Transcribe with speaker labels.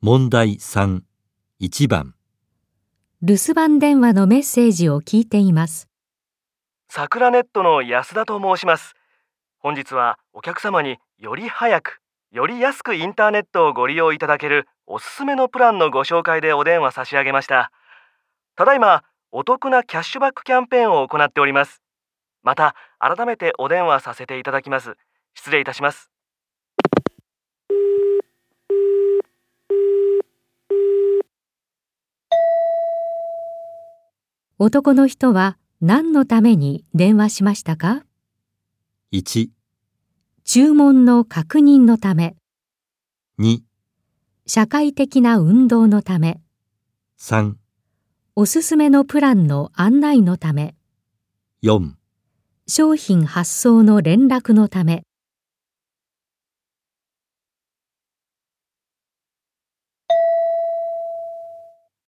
Speaker 1: 問題3、1番、
Speaker 2: 留守番電話のメッセージを聞いています。
Speaker 3: 桜ネットの安田と申します本日はお客様により早くより安くインターネットをご利用いただけるおすすめのプランのご紹介でお電話差し上げましたただいまお得なキャッシュバックキャンペーンを行っておりますまた改めてお電話させていただきます失礼いたします
Speaker 2: 男の人は何のために電話しましたか
Speaker 1: 1、
Speaker 2: 注文の確認のため、
Speaker 1: 2、
Speaker 2: 社会的な運動のため、
Speaker 1: 3、
Speaker 2: おすすめのプランの案内のため、
Speaker 1: 4
Speaker 2: 商品発送の連絡のため、